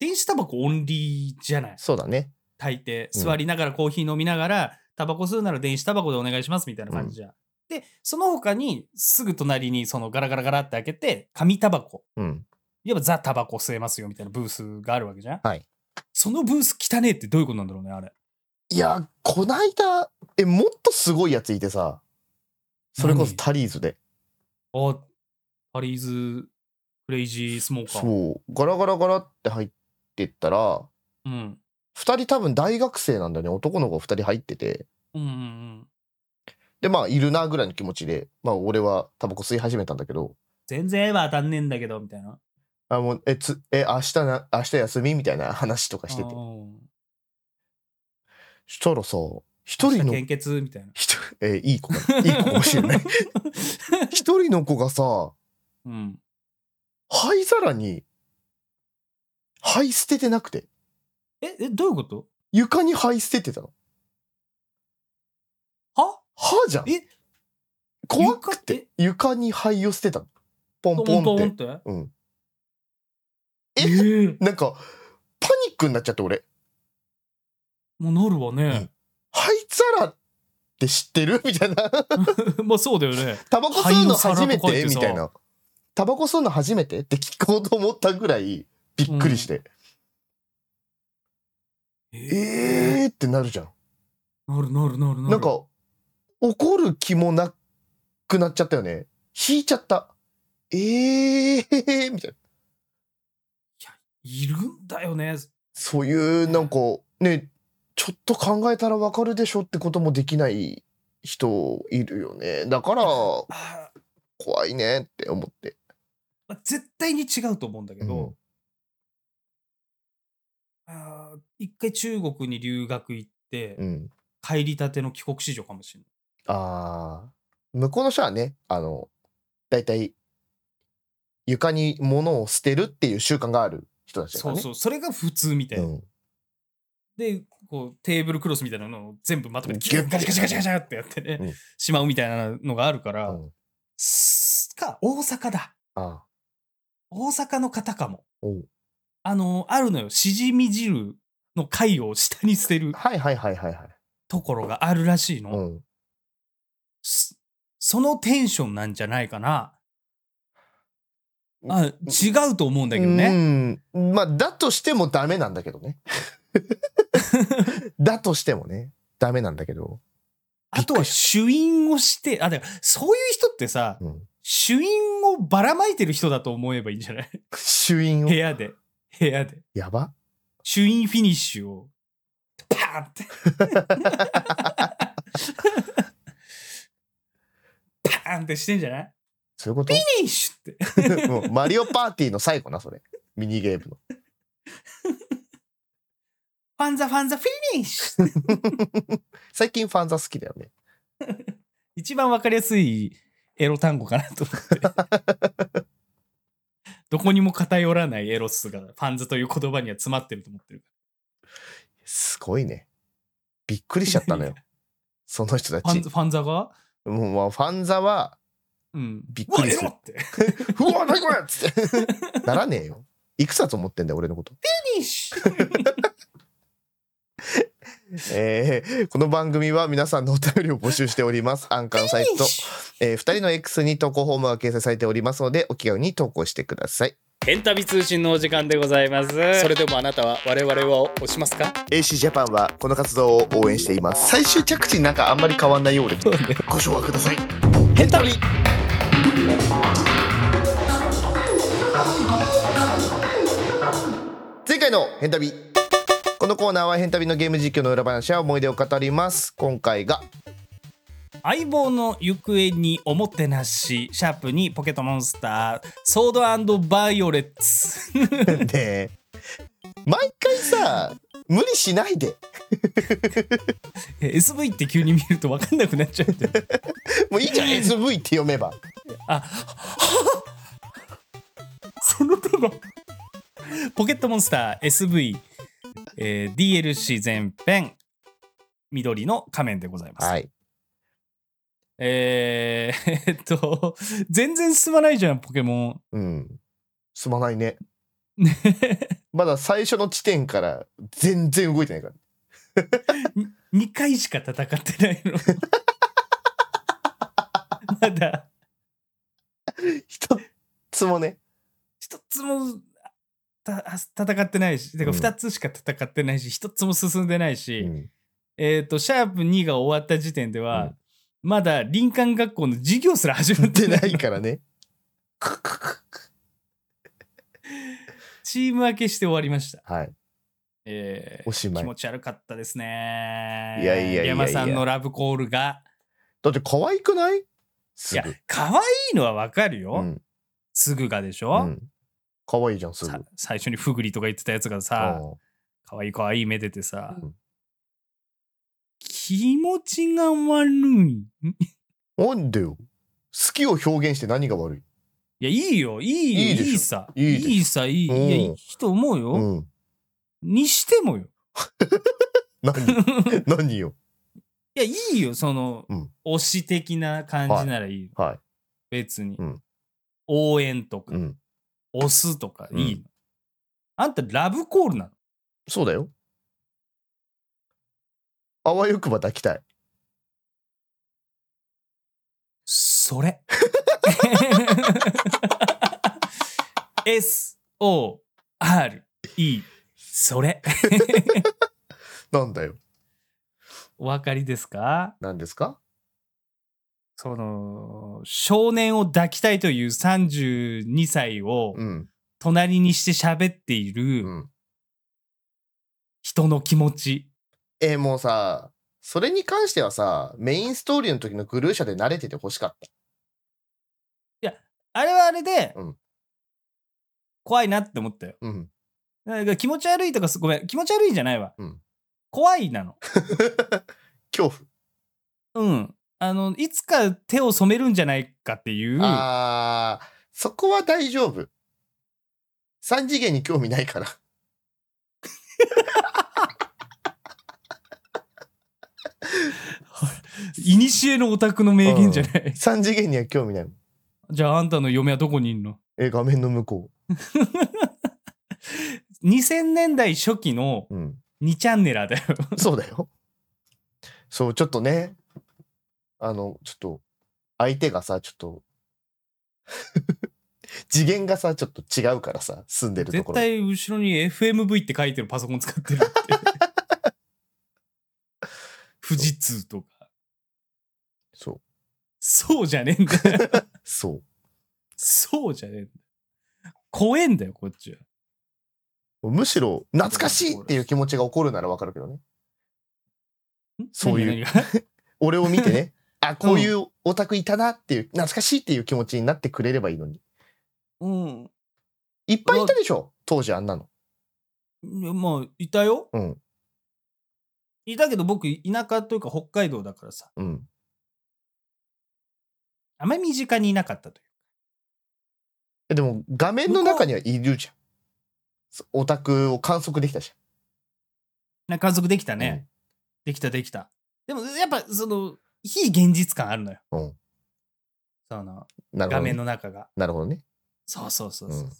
Speaker 1: 電子タバコオンリーじゃない
Speaker 2: そうだね
Speaker 1: 大抵
Speaker 2: うん
Speaker 1: 座りながらコーヒー飲みながら、タバコ吸うなら電子タバコでお願いしますみたいな感じじゃん、でその他にすぐ隣にそのガラガラガラって開けて紙タバコ
Speaker 2: うん
Speaker 1: いわばザ・タバコ吸えますよみたいなブースがあるわけじゃん
Speaker 2: はい
Speaker 1: そのブース汚ねえってどういうことなんだろうねあれ
Speaker 2: いやこないだえもっとすごいやついてさそれこそ
Speaker 1: 何
Speaker 2: タリーズで
Speaker 1: あパリーズクレイジースモーカー
Speaker 2: そうガラガラガラって入ってったら
Speaker 1: うん
Speaker 2: 2人多分大学生なんだよね男の子2人入ってて
Speaker 1: うんうんうん
Speaker 2: でまあいるなぐらいの気持ちでまあ俺はタバコ吸い始めたんだけど
Speaker 1: 全然絵は当たんねえんだけどみたいな
Speaker 2: あもうえつえ明日な明日休みみたいな話とかしてて
Speaker 1: うん
Speaker 2: したらさ一人の
Speaker 1: 献血みたいな
Speaker 2: 一人えーいい子かないい子かもしれない一人の子がさ
Speaker 1: うん
Speaker 2: 灰皿に灰捨ててなくて
Speaker 1: ええどういうこと
Speaker 2: 床に灰捨ててたの
Speaker 1: は
Speaker 2: 歯じゃん
Speaker 1: え
Speaker 2: 怖くて床に灰を捨てたのポン
Speaker 1: トン
Speaker 2: ポ
Speaker 1: ト
Speaker 2: ンって
Speaker 1: ンって
Speaker 2: うん
Speaker 1: え
Speaker 2: え
Speaker 1: ー
Speaker 2: なんかパニックになっちゃって俺
Speaker 1: もうなるわね。
Speaker 2: 灰皿って知ってるみたいな (laughs)
Speaker 1: (laughs) まあそうだよね。
Speaker 2: タバコ吸うの初め
Speaker 1: 灰の皿
Speaker 2: て
Speaker 1: とか言って
Speaker 2: み
Speaker 1: さ
Speaker 2: たいなタバコ吸うの初めてって聞こうと思ったぐらいびっくりして、えーってなるじゃん
Speaker 1: なるなるなるなる。
Speaker 2: なんか怒る気もなくなっちゃったよね引いちゃったえーみたいない
Speaker 1: るんだよね。
Speaker 2: そういうなんかねちょっと考えたらわかるでしょってこともできない人いるよねだから
Speaker 1: あー
Speaker 2: 怖いねって思って、
Speaker 1: まあ絶対に違うと思うんだけ
Speaker 2: う
Speaker 1: ど
Speaker 2: ん、
Speaker 1: あー一回中国に留学行って、
Speaker 2: うん、
Speaker 1: 帰りたての帰国子女かもしれない。
Speaker 2: あー向こうの人はねあのだいたい床に物を捨てるっていう習慣がある人たちだか
Speaker 1: そ
Speaker 2: ら
Speaker 1: う
Speaker 2: ね
Speaker 1: そう、それが普通みたいな。
Speaker 2: うん
Speaker 1: で、こうテーブルクロスみたいなのを全部まとめて、
Speaker 2: ギュッ
Speaker 1: ガチャガチャガチャガチャってやってね、
Speaker 2: うん
Speaker 1: しまうみたいなのがあるから、
Speaker 2: うん
Speaker 1: すか、大阪だ。
Speaker 2: あ
Speaker 1: 大阪の方かも
Speaker 2: おう。
Speaker 1: あの、あるのよ。しじみ汁の貝を下に捨てる
Speaker 2: はいはいはいはいはい
Speaker 1: ところがあるらしいの。
Speaker 2: うん
Speaker 1: すそのテンションなんじゃないかな。あ違うと思うんだけどね。
Speaker 2: うんまあだとしてもダメなんだけどね
Speaker 1: (laughs)
Speaker 2: だとしてもねダメなんだけど
Speaker 1: あとは主因をして、あ、だからそういう人ってさ、
Speaker 2: うん
Speaker 1: 主因をばらまいてる人だと思えばいいんじゃない
Speaker 2: 朱印を
Speaker 1: 部屋で。部屋で。
Speaker 2: やば
Speaker 1: 主因フィニッシュを、パーンって。パーンってしてんじゃない
Speaker 2: そういうこと
Speaker 1: フ
Speaker 2: (laughs)
Speaker 1: ィニッシュって。
Speaker 2: もうマリオパーティーの最後なそれミニゲームの
Speaker 1: ファンザファンザフィニッシュ
Speaker 2: 最近ファンザ好きだよね。
Speaker 1: 一番わかりやすいエロ単語かなと思って。どこにも偏らないエロスがファンザという言葉には詰まってると思ってる。
Speaker 2: すごいね。びっくりしちゃっ
Speaker 1: (laughs)
Speaker 2: たのよ。その人た
Speaker 1: ファ
Speaker 2: ち
Speaker 1: ンザ。ファンザが
Speaker 2: もうまあファンザは、
Speaker 1: (laughs) うん。
Speaker 2: びっくりす
Speaker 1: う
Speaker 2: る
Speaker 1: わエロって。フ
Speaker 2: うわ、何これっつって。ならねえよ。いくつだと思ってんだよ、俺
Speaker 1: (laughs)
Speaker 2: のこと。
Speaker 1: ィニッシュ
Speaker 2: えーこの番組は皆さんのお便りを募集しております。アンカーサイト、えー、2人の X に投稿フォームが掲載されておりますので、お気軽に投稿してください。
Speaker 1: ヘンタビ通信のお時間でございます。
Speaker 3: それでもあなたは我々は押しますか
Speaker 2: AC ジャパンはこの活動を応援しています。
Speaker 4: 最終着地なんかあんまり変わんないようで
Speaker 1: そうね
Speaker 4: ご唱和ください
Speaker 3: ヘンタビ
Speaker 2: 前回の変旅このコーナーは変旅のゲーム実況の裏話や思い出を語ります。今回が
Speaker 1: 相棒の行方におもてなし、シャープにポケットモンスター、ソードバイオレッツ。 (laughs)
Speaker 2: ね毎回さ無理しないで
Speaker 1: え SV って急に見ると分かんなくなっちゃうんだよね。
Speaker 2: もういいじ
Speaker 4: (laughs)
Speaker 2: ゃん SV って読めば
Speaker 1: あ (laughs) その手が。ポケットモンスター SV、えー DLC 全編、緑の仮面でございます。
Speaker 2: はい
Speaker 1: えーえっと、全然進まないじゃん、ポケモ
Speaker 2: うんすまないね
Speaker 1: ン。ね (laughs)
Speaker 2: まだ最初の地点から全然動いてないから
Speaker 1: 2回しか戦ってないの。 (laughs) まだ
Speaker 2: 一つもね
Speaker 1: 一つもた戦ってないし、てか
Speaker 2: うん
Speaker 1: 2つしか戦ってないし、一つも進んでないし、
Speaker 2: うん
Speaker 1: えっ、と、シャープ2が終わった時点では、
Speaker 2: うん
Speaker 1: まだ林間学校の授業すら始まって
Speaker 2: 出
Speaker 1: な
Speaker 2: ない (laughs) いからねクククク
Speaker 1: チーム分けして終わりました。
Speaker 2: はい
Speaker 1: えー
Speaker 2: おしま
Speaker 1: 気
Speaker 2: い
Speaker 1: 持ち悪かったですね。
Speaker 2: いやいやいやいや
Speaker 1: 山さんのラブコールが。
Speaker 2: だって可愛くない
Speaker 1: い
Speaker 2: す
Speaker 1: や
Speaker 2: ぐ、
Speaker 1: 可愛いのはわかるよ。
Speaker 2: うん
Speaker 1: すぐがでし
Speaker 2: う
Speaker 1: ょ、
Speaker 2: ん可愛いじゃんすぐ
Speaker 1: さ最初にフグリとか言ってたやつがさ、
Speaker 2: うん
Speaker 1: 可愛い可愛いめでてさ、
Speaker 2: うん
Speaker 1: 気持ちが悪い。んい
Speaker 2: なんでよ好きを表現して何が悪い
Speaker 1: や、いいよ、いいよ、い
Speaker 2: いい
Speaker 1: い
Speaker 2: でしょ
Speaker 1: さ。
Speaker 2: いいでしょ
Speaker 1: さ、いい。い
Speaker 2: うん
Speaker 1: や、いいと思うよ。
Speaker 2: うん
Speaker 1: にしてもよ。 (laughs)
Speaker 2: 何何よ
Speaker 1: いや、いいよ、その、
Speaker 2: うん
Speaker 1: 推し的な感じならいいよ。
Speaker 2: はい
Speaker 1: 別に、
Speaker 2: うん
Speaker 1: 応援とか、
Speaker 2: うん
Speaker 1: 推すとか、いいの、
Speaker 2: う
Speaker 1: あんた、ラブコールなの。
Speaker 2: そうだよ。あわよくば抱きたい。
Speaker 1: そ
Speaker 2: (laughs)
Speaker 1: れ。S-O-R-E。それ。
Speaker 2: なんだよ。
Speaker 1: お分かりですか
Speaker 2: なんですか
Speaker 1: その、少年を抱きたいという32歳を
Speaker 2: うん。
Speaker 1: 隣にして喋っていうる
Speaker 2: ん。
Speaker 1: 人の気持ち。
Speaker 2: えーもうさ、それに関してはさ、メインストーリーの時のグルーシャで慣れてて欲しかっ
Speaker 1: あれはあれで
Speaker 2: うん、
Speaker 1: 怖いなって思ったよ。
Speaker 2: た。うん。 (laughs)
Speaker 1: なんか気持ち悪いとかす、ごめん、気持ち悪いんじゃないわ。
Speaker 2: うん
Speaker 1: 怖いなの。
Speaker 2: 恐怖。
Speaker 1: うん。あの、いつか手を染めるんじゃないかっていう。
Speaker 2: あー、そこは大丈夫。三次元に興味ないから。 (laughs)
Speaker 1: いにしえのオタクの名言じゃない。
Speaker 2: 三次元には興味ないもん。
Speaker 1: じゃああんたの嫁はどこにいんの
Speaker 2: えー画面の向こ
Speaker 1: ?2000 年代初期の (laughs)
Speaker 2: う。うん。
Speaker 1: 2チャンネラーだよ。
Speaker 2: そうだよ。そう、ちょっとね、あの、ちょっと、相手がさ、ちょっと、次元がさ、ちょっと違うからさ、住んでるとこ
Speaker 1: 絶
Speaker 2: ろ。
Speaker 1: 対後ろに FMV って書いてるパソコン使ってるって。
Speaker 2: (laughs)
Speaker 1: 富士通とか。
Speaker 2: そう。
Speaker 1: そうじゃねえんだよ。
Speaker 2: そ
Speaker 1: そうじゃねえんだよ。怖えんだよ、こっちは。
Speaker 2: う。むしろ、懐かしいっていう気持ちが起こるならわかるけどね。
Speaker 1: ん
Speaker 2: そういう
Speaker 1: 何が何が
Speaker 2: 俺を見てね、あ、こういうオタクいたなっていう、懐かしいっていう気持ちになってくれればいいのに。
Speaker 1: (laughs) うん。
Speaker 2: いっぱいいたでしょ当時あんなの。
Speaker 1: いやまあ、いたよ。
Speaker 2: うん。
Speaker 1: いだけど僕田舎というか北海道だからさ
Speaker 2: うん。
Speaker 1: あまり身近にいなかったという
Speaker 2: えでも画面の中にはいるじゃん。そオタクを観測できたじ
Speaker 1: な観測できたね、できたできたでもやっぱその非現実感あるのよ、
Speaker 2: うん
Speaker 1: その
Speaker 2: ゃん。な
Speaker 1: 画
Speaker 2: るほど、
Speaker 1: 面
Speaker 2: ね。
Speaker 1: の中が
Speaker 2: なるほどね。
Speaker 1: そうそうそうそう、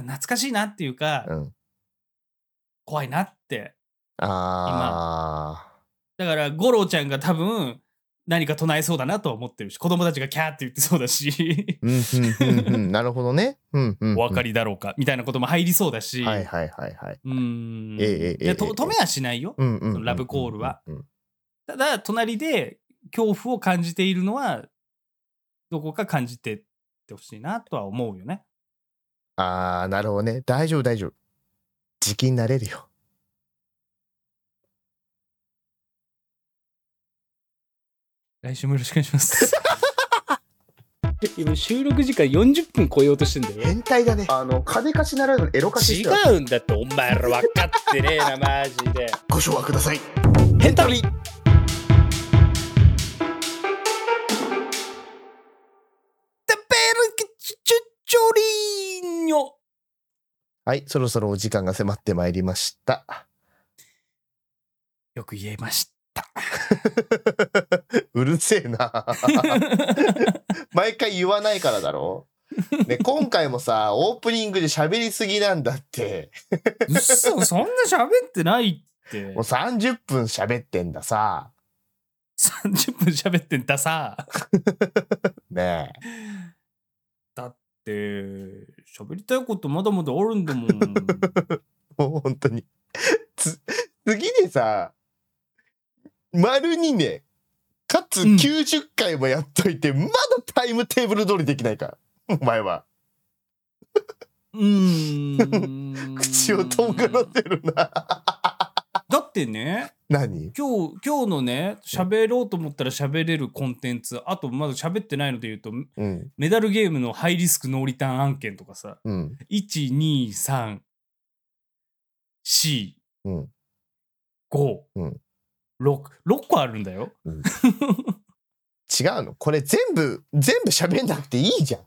Speaker 1: 懐かしいなっていうか、
Speaker 2: うん。
Speaker 1: 怖いなって
Speaker 2: あ
Speaker 1: だから五郎ちゃんが多分何か唱えそうだなと思ってるし子供たちがキャーって言ってそうだし
Speaker 2: ー。うん、うん、う
Speaker 1: (laughs)
Speaker 2: ん、うん。なるほどね。うん、うん。うん
Speaker 1: お分かりだろうかみたいなことも入りそうだし、
Speaker 2: はいはいはいはい。
Speaker 1: うーん
Speaker 2: ええええ
Speaker 1: いや
Speaker 2: ええ
Speaker 1: と止めはしないよ、
Speaker 2: うんうん
Speaker 1: そのラブコールは。
Speaker 2: うんうんうん
Speaker 1: ただ隣で恐怖を感じているのはどこか感じてってほしいなとは思うよね
Speaker 2: ああ、なるほどね。大丈夫大丈夫。時期になれるよ。
Speaker 1: 来週もよろしくお願いします
Speaker 3: (laughs) 今収録時間40分超えようとしてんだよ
Speaker 4: 変態だね。あの、金貸しならぬエロ貸し
Speaker 3: 違
Speaker 4: しては
Speaker 3: うんだってお前ら分かってねえなマジで
Speaker 4: ご唱和ください。
Speaker 3: ヘンタリ
Speaker 1: テペルキチュチョリーニョ
Speaker 2: はい、そろそろお時間が迫ってまいりました。 (laughs)
Speaker 1: よく言えました
Speaker 2: うるせえな。 (laughs) 毎回言わないからだろ。ね、今回もさ、オープニングで喋りすぎなんだって。
Speaker 1: うっそそんな喋ってない
Speaker 2: (laughs)
Speaker 1: って
Speaker 2: もう30分喋ってんださ。
Speaker 1: 30分喋ってんださ
Speaker 2: ね
Speaker 1: って喋りたいことまだまだあるんだ
Speaker 2: (laughs)
Speaker 1: もん
Speaker 2: え。もう本当に。つ、次でさ、丸にね、かつ
Speaker 1: うん
Speaker 2: 90回もやっといて、まだタイムテーブル通りできないから。お前は。
Speaker 1: うーん
Speaker 2: 口をとんがらせるな。
Speaker 1: だってね
Speaker 2: 何
Speaker 1: 今日今日のね喋ろうと思ったら喋れるコンテンツあとまだ喋ってないので言うと
Speaker 2: うん。
Speaker 1: メダルゲームのハイリスクノーリターン案件とかさ
Speaker 2: うん。
Speaker 1: 12345、
Speaker 2: うん。
Speaker 1: 5
Speaker 2: うん
Speaker 1: 六六個あるんだよ
Speaker 2: 違うのこれ全部、全部喋んなくていいじゃん。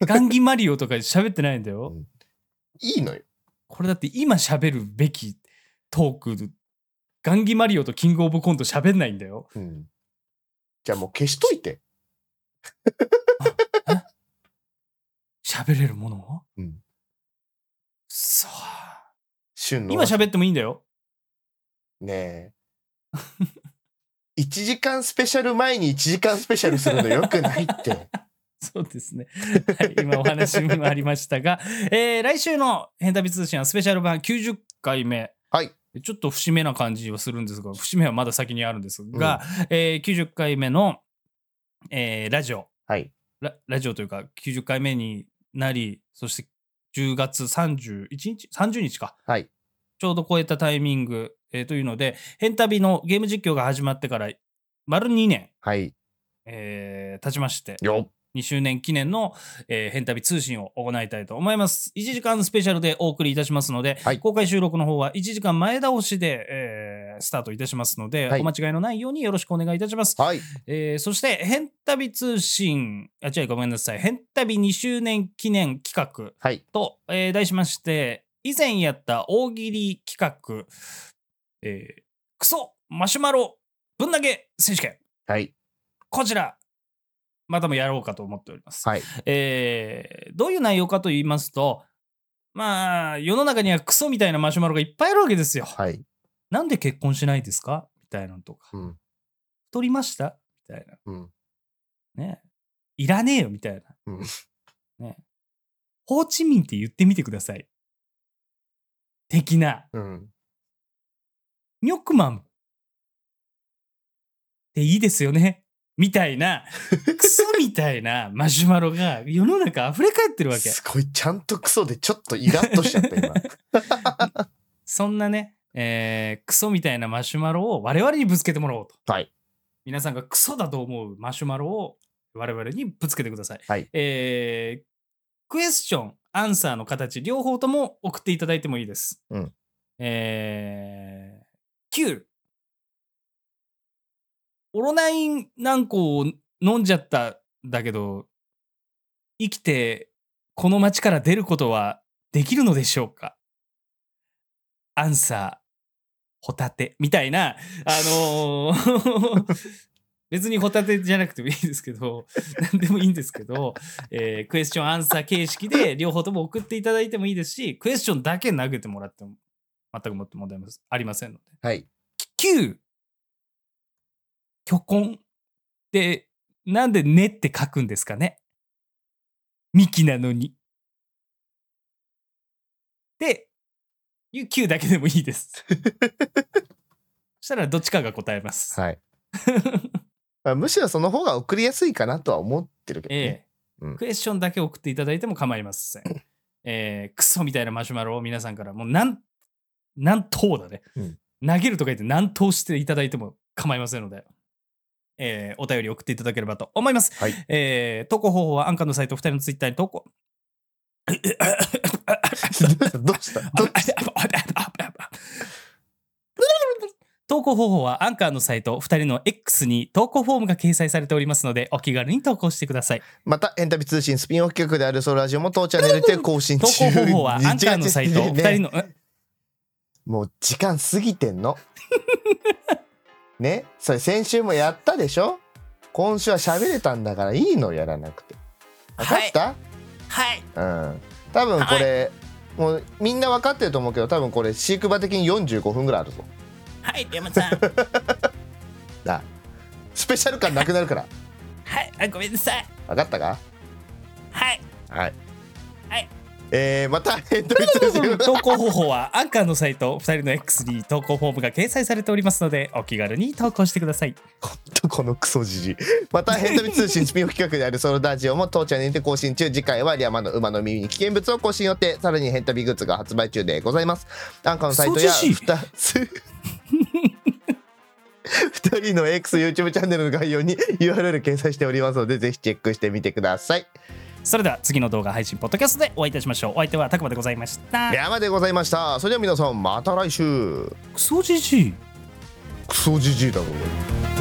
Speaker 1: ガンギマリオとか喋ってないんだよ、
Speaker 2: うんいいのよ。
Speaker 1: これだって今喋るべきトークガンギマリオとキングオブコント喋んないんだよ
Speaker 2: うん。じゃあもう消しといて。
Speaker 1: 喋れるものを
Speaker 2: うん
Speaker 1: そう
Speaker 2: 旬の。
Speaker 1: 今喋ってもいいんだよ
Speaker 2: (laughs) ねえ。1時間スペシャル前に1時間スペシャルするのよくな
Speaker 1: (laughs)
Speaker 2: いって。
Speaker 1: そうですね、はい、今お話にもありましたが、 (laughs) えー来週の「変旅通信」はスペシャル版90回目
Speaker 2: はい。
Speaker 1: ちょっと節目な感じはするんですが節目はまだ先にあるんですが、えー90回目の、えーラジオ
Speaker 2: はい。
Speaker 1: ララジオというか90回目になりそして10月31日30日か、
Speaker 2: はい
Speaker 1: ちょうど超えたタイミング、えーというので「変旅」のゲーム実況が始まってから丸2年、
Speaker 2: はい。
Speaker 1: えー経ちまして
Speaker 2: よ
Speaker 1: 2周年記念の「えー、変旅通信」を行いたいと思います1時間スペシャルでお送りいたしますので、
Speaker 2: はい
Speaker 1: 公開収録の方は1時間前倒しで、えースタートいたしますので、
Speaker 2: はい
Speaker 1: お間違いのないようによろしくお願いいたします
Speaker 2: はい。
Speaker 1: えーそして、変旅通信、あ、違う、ごめんなさい、変旅2周年記念企画
Speaker 2: はい。
Speaker 1: と、えー題しまして、以前やった大喜利企画、えークソマシュマロぶん投げ選手権、
Speaker 2: はい。
Speaker 1: こちら、またもやろうかと思っております。
Speaker 2: はい。
Speaker 1: えーどういう内容かと言いますと、まあ、世の中にはクソみたいなマシュマロがいっぱいあるわけですよ。
Speaker 2: はい。
Speaker 1: なんで結婚しないですかみたいなのとか、
Speaker 2: うん。
Speaker 1: 太りましたみたいな。
Speaker 2: うん。
Speaker 1: ね、いらねえよみたいな。
Speaker 2: うん
Speaker 1: ね、ホーチミンって言ってみてください。的な、
Speaker 2: うん。
Speaker 1: ニョクマンっていいですよね。みたい
Speaker 2: (laughs)
Speaker 1: な、クソみたいなマシュマロが世の中溢れ返ってるわけ。
Speaker 2: すごい、ちゃんとクソでちょっとイラッとしちゃった今。
Speaker 1: そんなね、えークソみたいなマシュマロを我々にぶつけてもらおうと。
Speaker 2: はい。
Speaker 1: 皆さんがクソだと思うマシュマロを我々にぶつけてください。
Speaker 2: はい
Speaker 1: えークエスチョン、アンサーの形、両方とも送っていただいてもいいです。
Speaker 2: うん
Speaker 1: えー、9、オロナイン何個を飲んじゃったんだけど、生きてこの町から出ることはできるのでしょうかアンサー、ホタテ、みたいな、あのー別にホタテじゃなくてもいいですけど、何でもいいんですけど、えークエスチョンアンサー形式で両方とも送っていただいてもいいですし、クエスチョンだけ投げてもらっても全くもって問題もありませんので。
Speaker 2: はい。
Speaker 1: 9、虚婚って、なんでねって書くんですかねミキなのに。で、9だけでもいいです。そしたらどっちかが答えます。 (laughs)
Speaker 2: はい。まあむしろその方が送りやすいかなとは思ってるけど、ね。
Speaker 1: ええ
Speaker 2: うん
Speaker 1: クエスチョンだけ送っていただいても構いません。えークソみたいなマシュマロを皆さんからもう何、何投だね、
Speaker 2: うん
Speaker 1: 投げるとか言って何投していただいても構いませんので、えーお便り送っていただければと思います。
Speaker 2: はい
Speaker 1: えー投稿方法はアンカーのサイト、2人のツイッターに投稿。
Speaker 2: (laughs) どうしたど
Speaker 1: 投稿方法はアンカーのサイト2人の X に投稿フォームが掲載されておりますのでお気軽に投稿してください。
Speaker 2: また、エンタビ通信スピンオフ企画であるソロラジオも当チャンネルで更新
Speaker 1: 投
Speaker 2: 中。
Speaker 1: 稿方法はアンカーのサイト
Speaker 2: 違う違う違う
Speaker 1: 2人の、
Speaker 2: もう時間過ぎてんの。 (laughs) ねそれ先週もやったでしょ今週は喋れたんだからいいのやらなくて。分かった、
Speaker 1: はい
Speaker 2: うん。多分これ、もうみんな分かってると思うけど、多分これ飼育場的に45分ぐらいあるぞ。
Speaker 1: はい山 (laughs) さん
Speaker 2: なあスペシャル感なくなるから。
Speaker 1: はいあごめんなさい
Speaker 2: 分かったか
Speaker 1: はい
Speaker 2: はい。
Speaker 1: はい。
Speaker 2: えー、また、エンタビ通信。
Speaker 1: (laughs) 投稿方法はアンカーのサイト2人の X に投稿フォームが掲載されておりますのでお気軽に投稿してください。
Speaker 2: とこのクソじじまたヘンタビ通信スピンオフ企画であるソロラジオも当チャンネルで更新中次回はリャマの馬の耳に危険物を更新予定さらにヘンタビグッズが発売中でございますアンカーのサイトや
Speaker 1: クソじじい
Speaker 2: 2つ2人の XYouTube チャンネルの概要に URL 掲載しておりますのでぜひチェックしてみてください
Speaker 1: それでは次の動画配信ポッドキャストでお会いいたしましょう。お相手はたくまでございました
Speaker 2: リ。ャマでございましたそれでは皆さんまた来週
Speaker 1: クソじじい
Speaker 2: クソじじいだぞこれ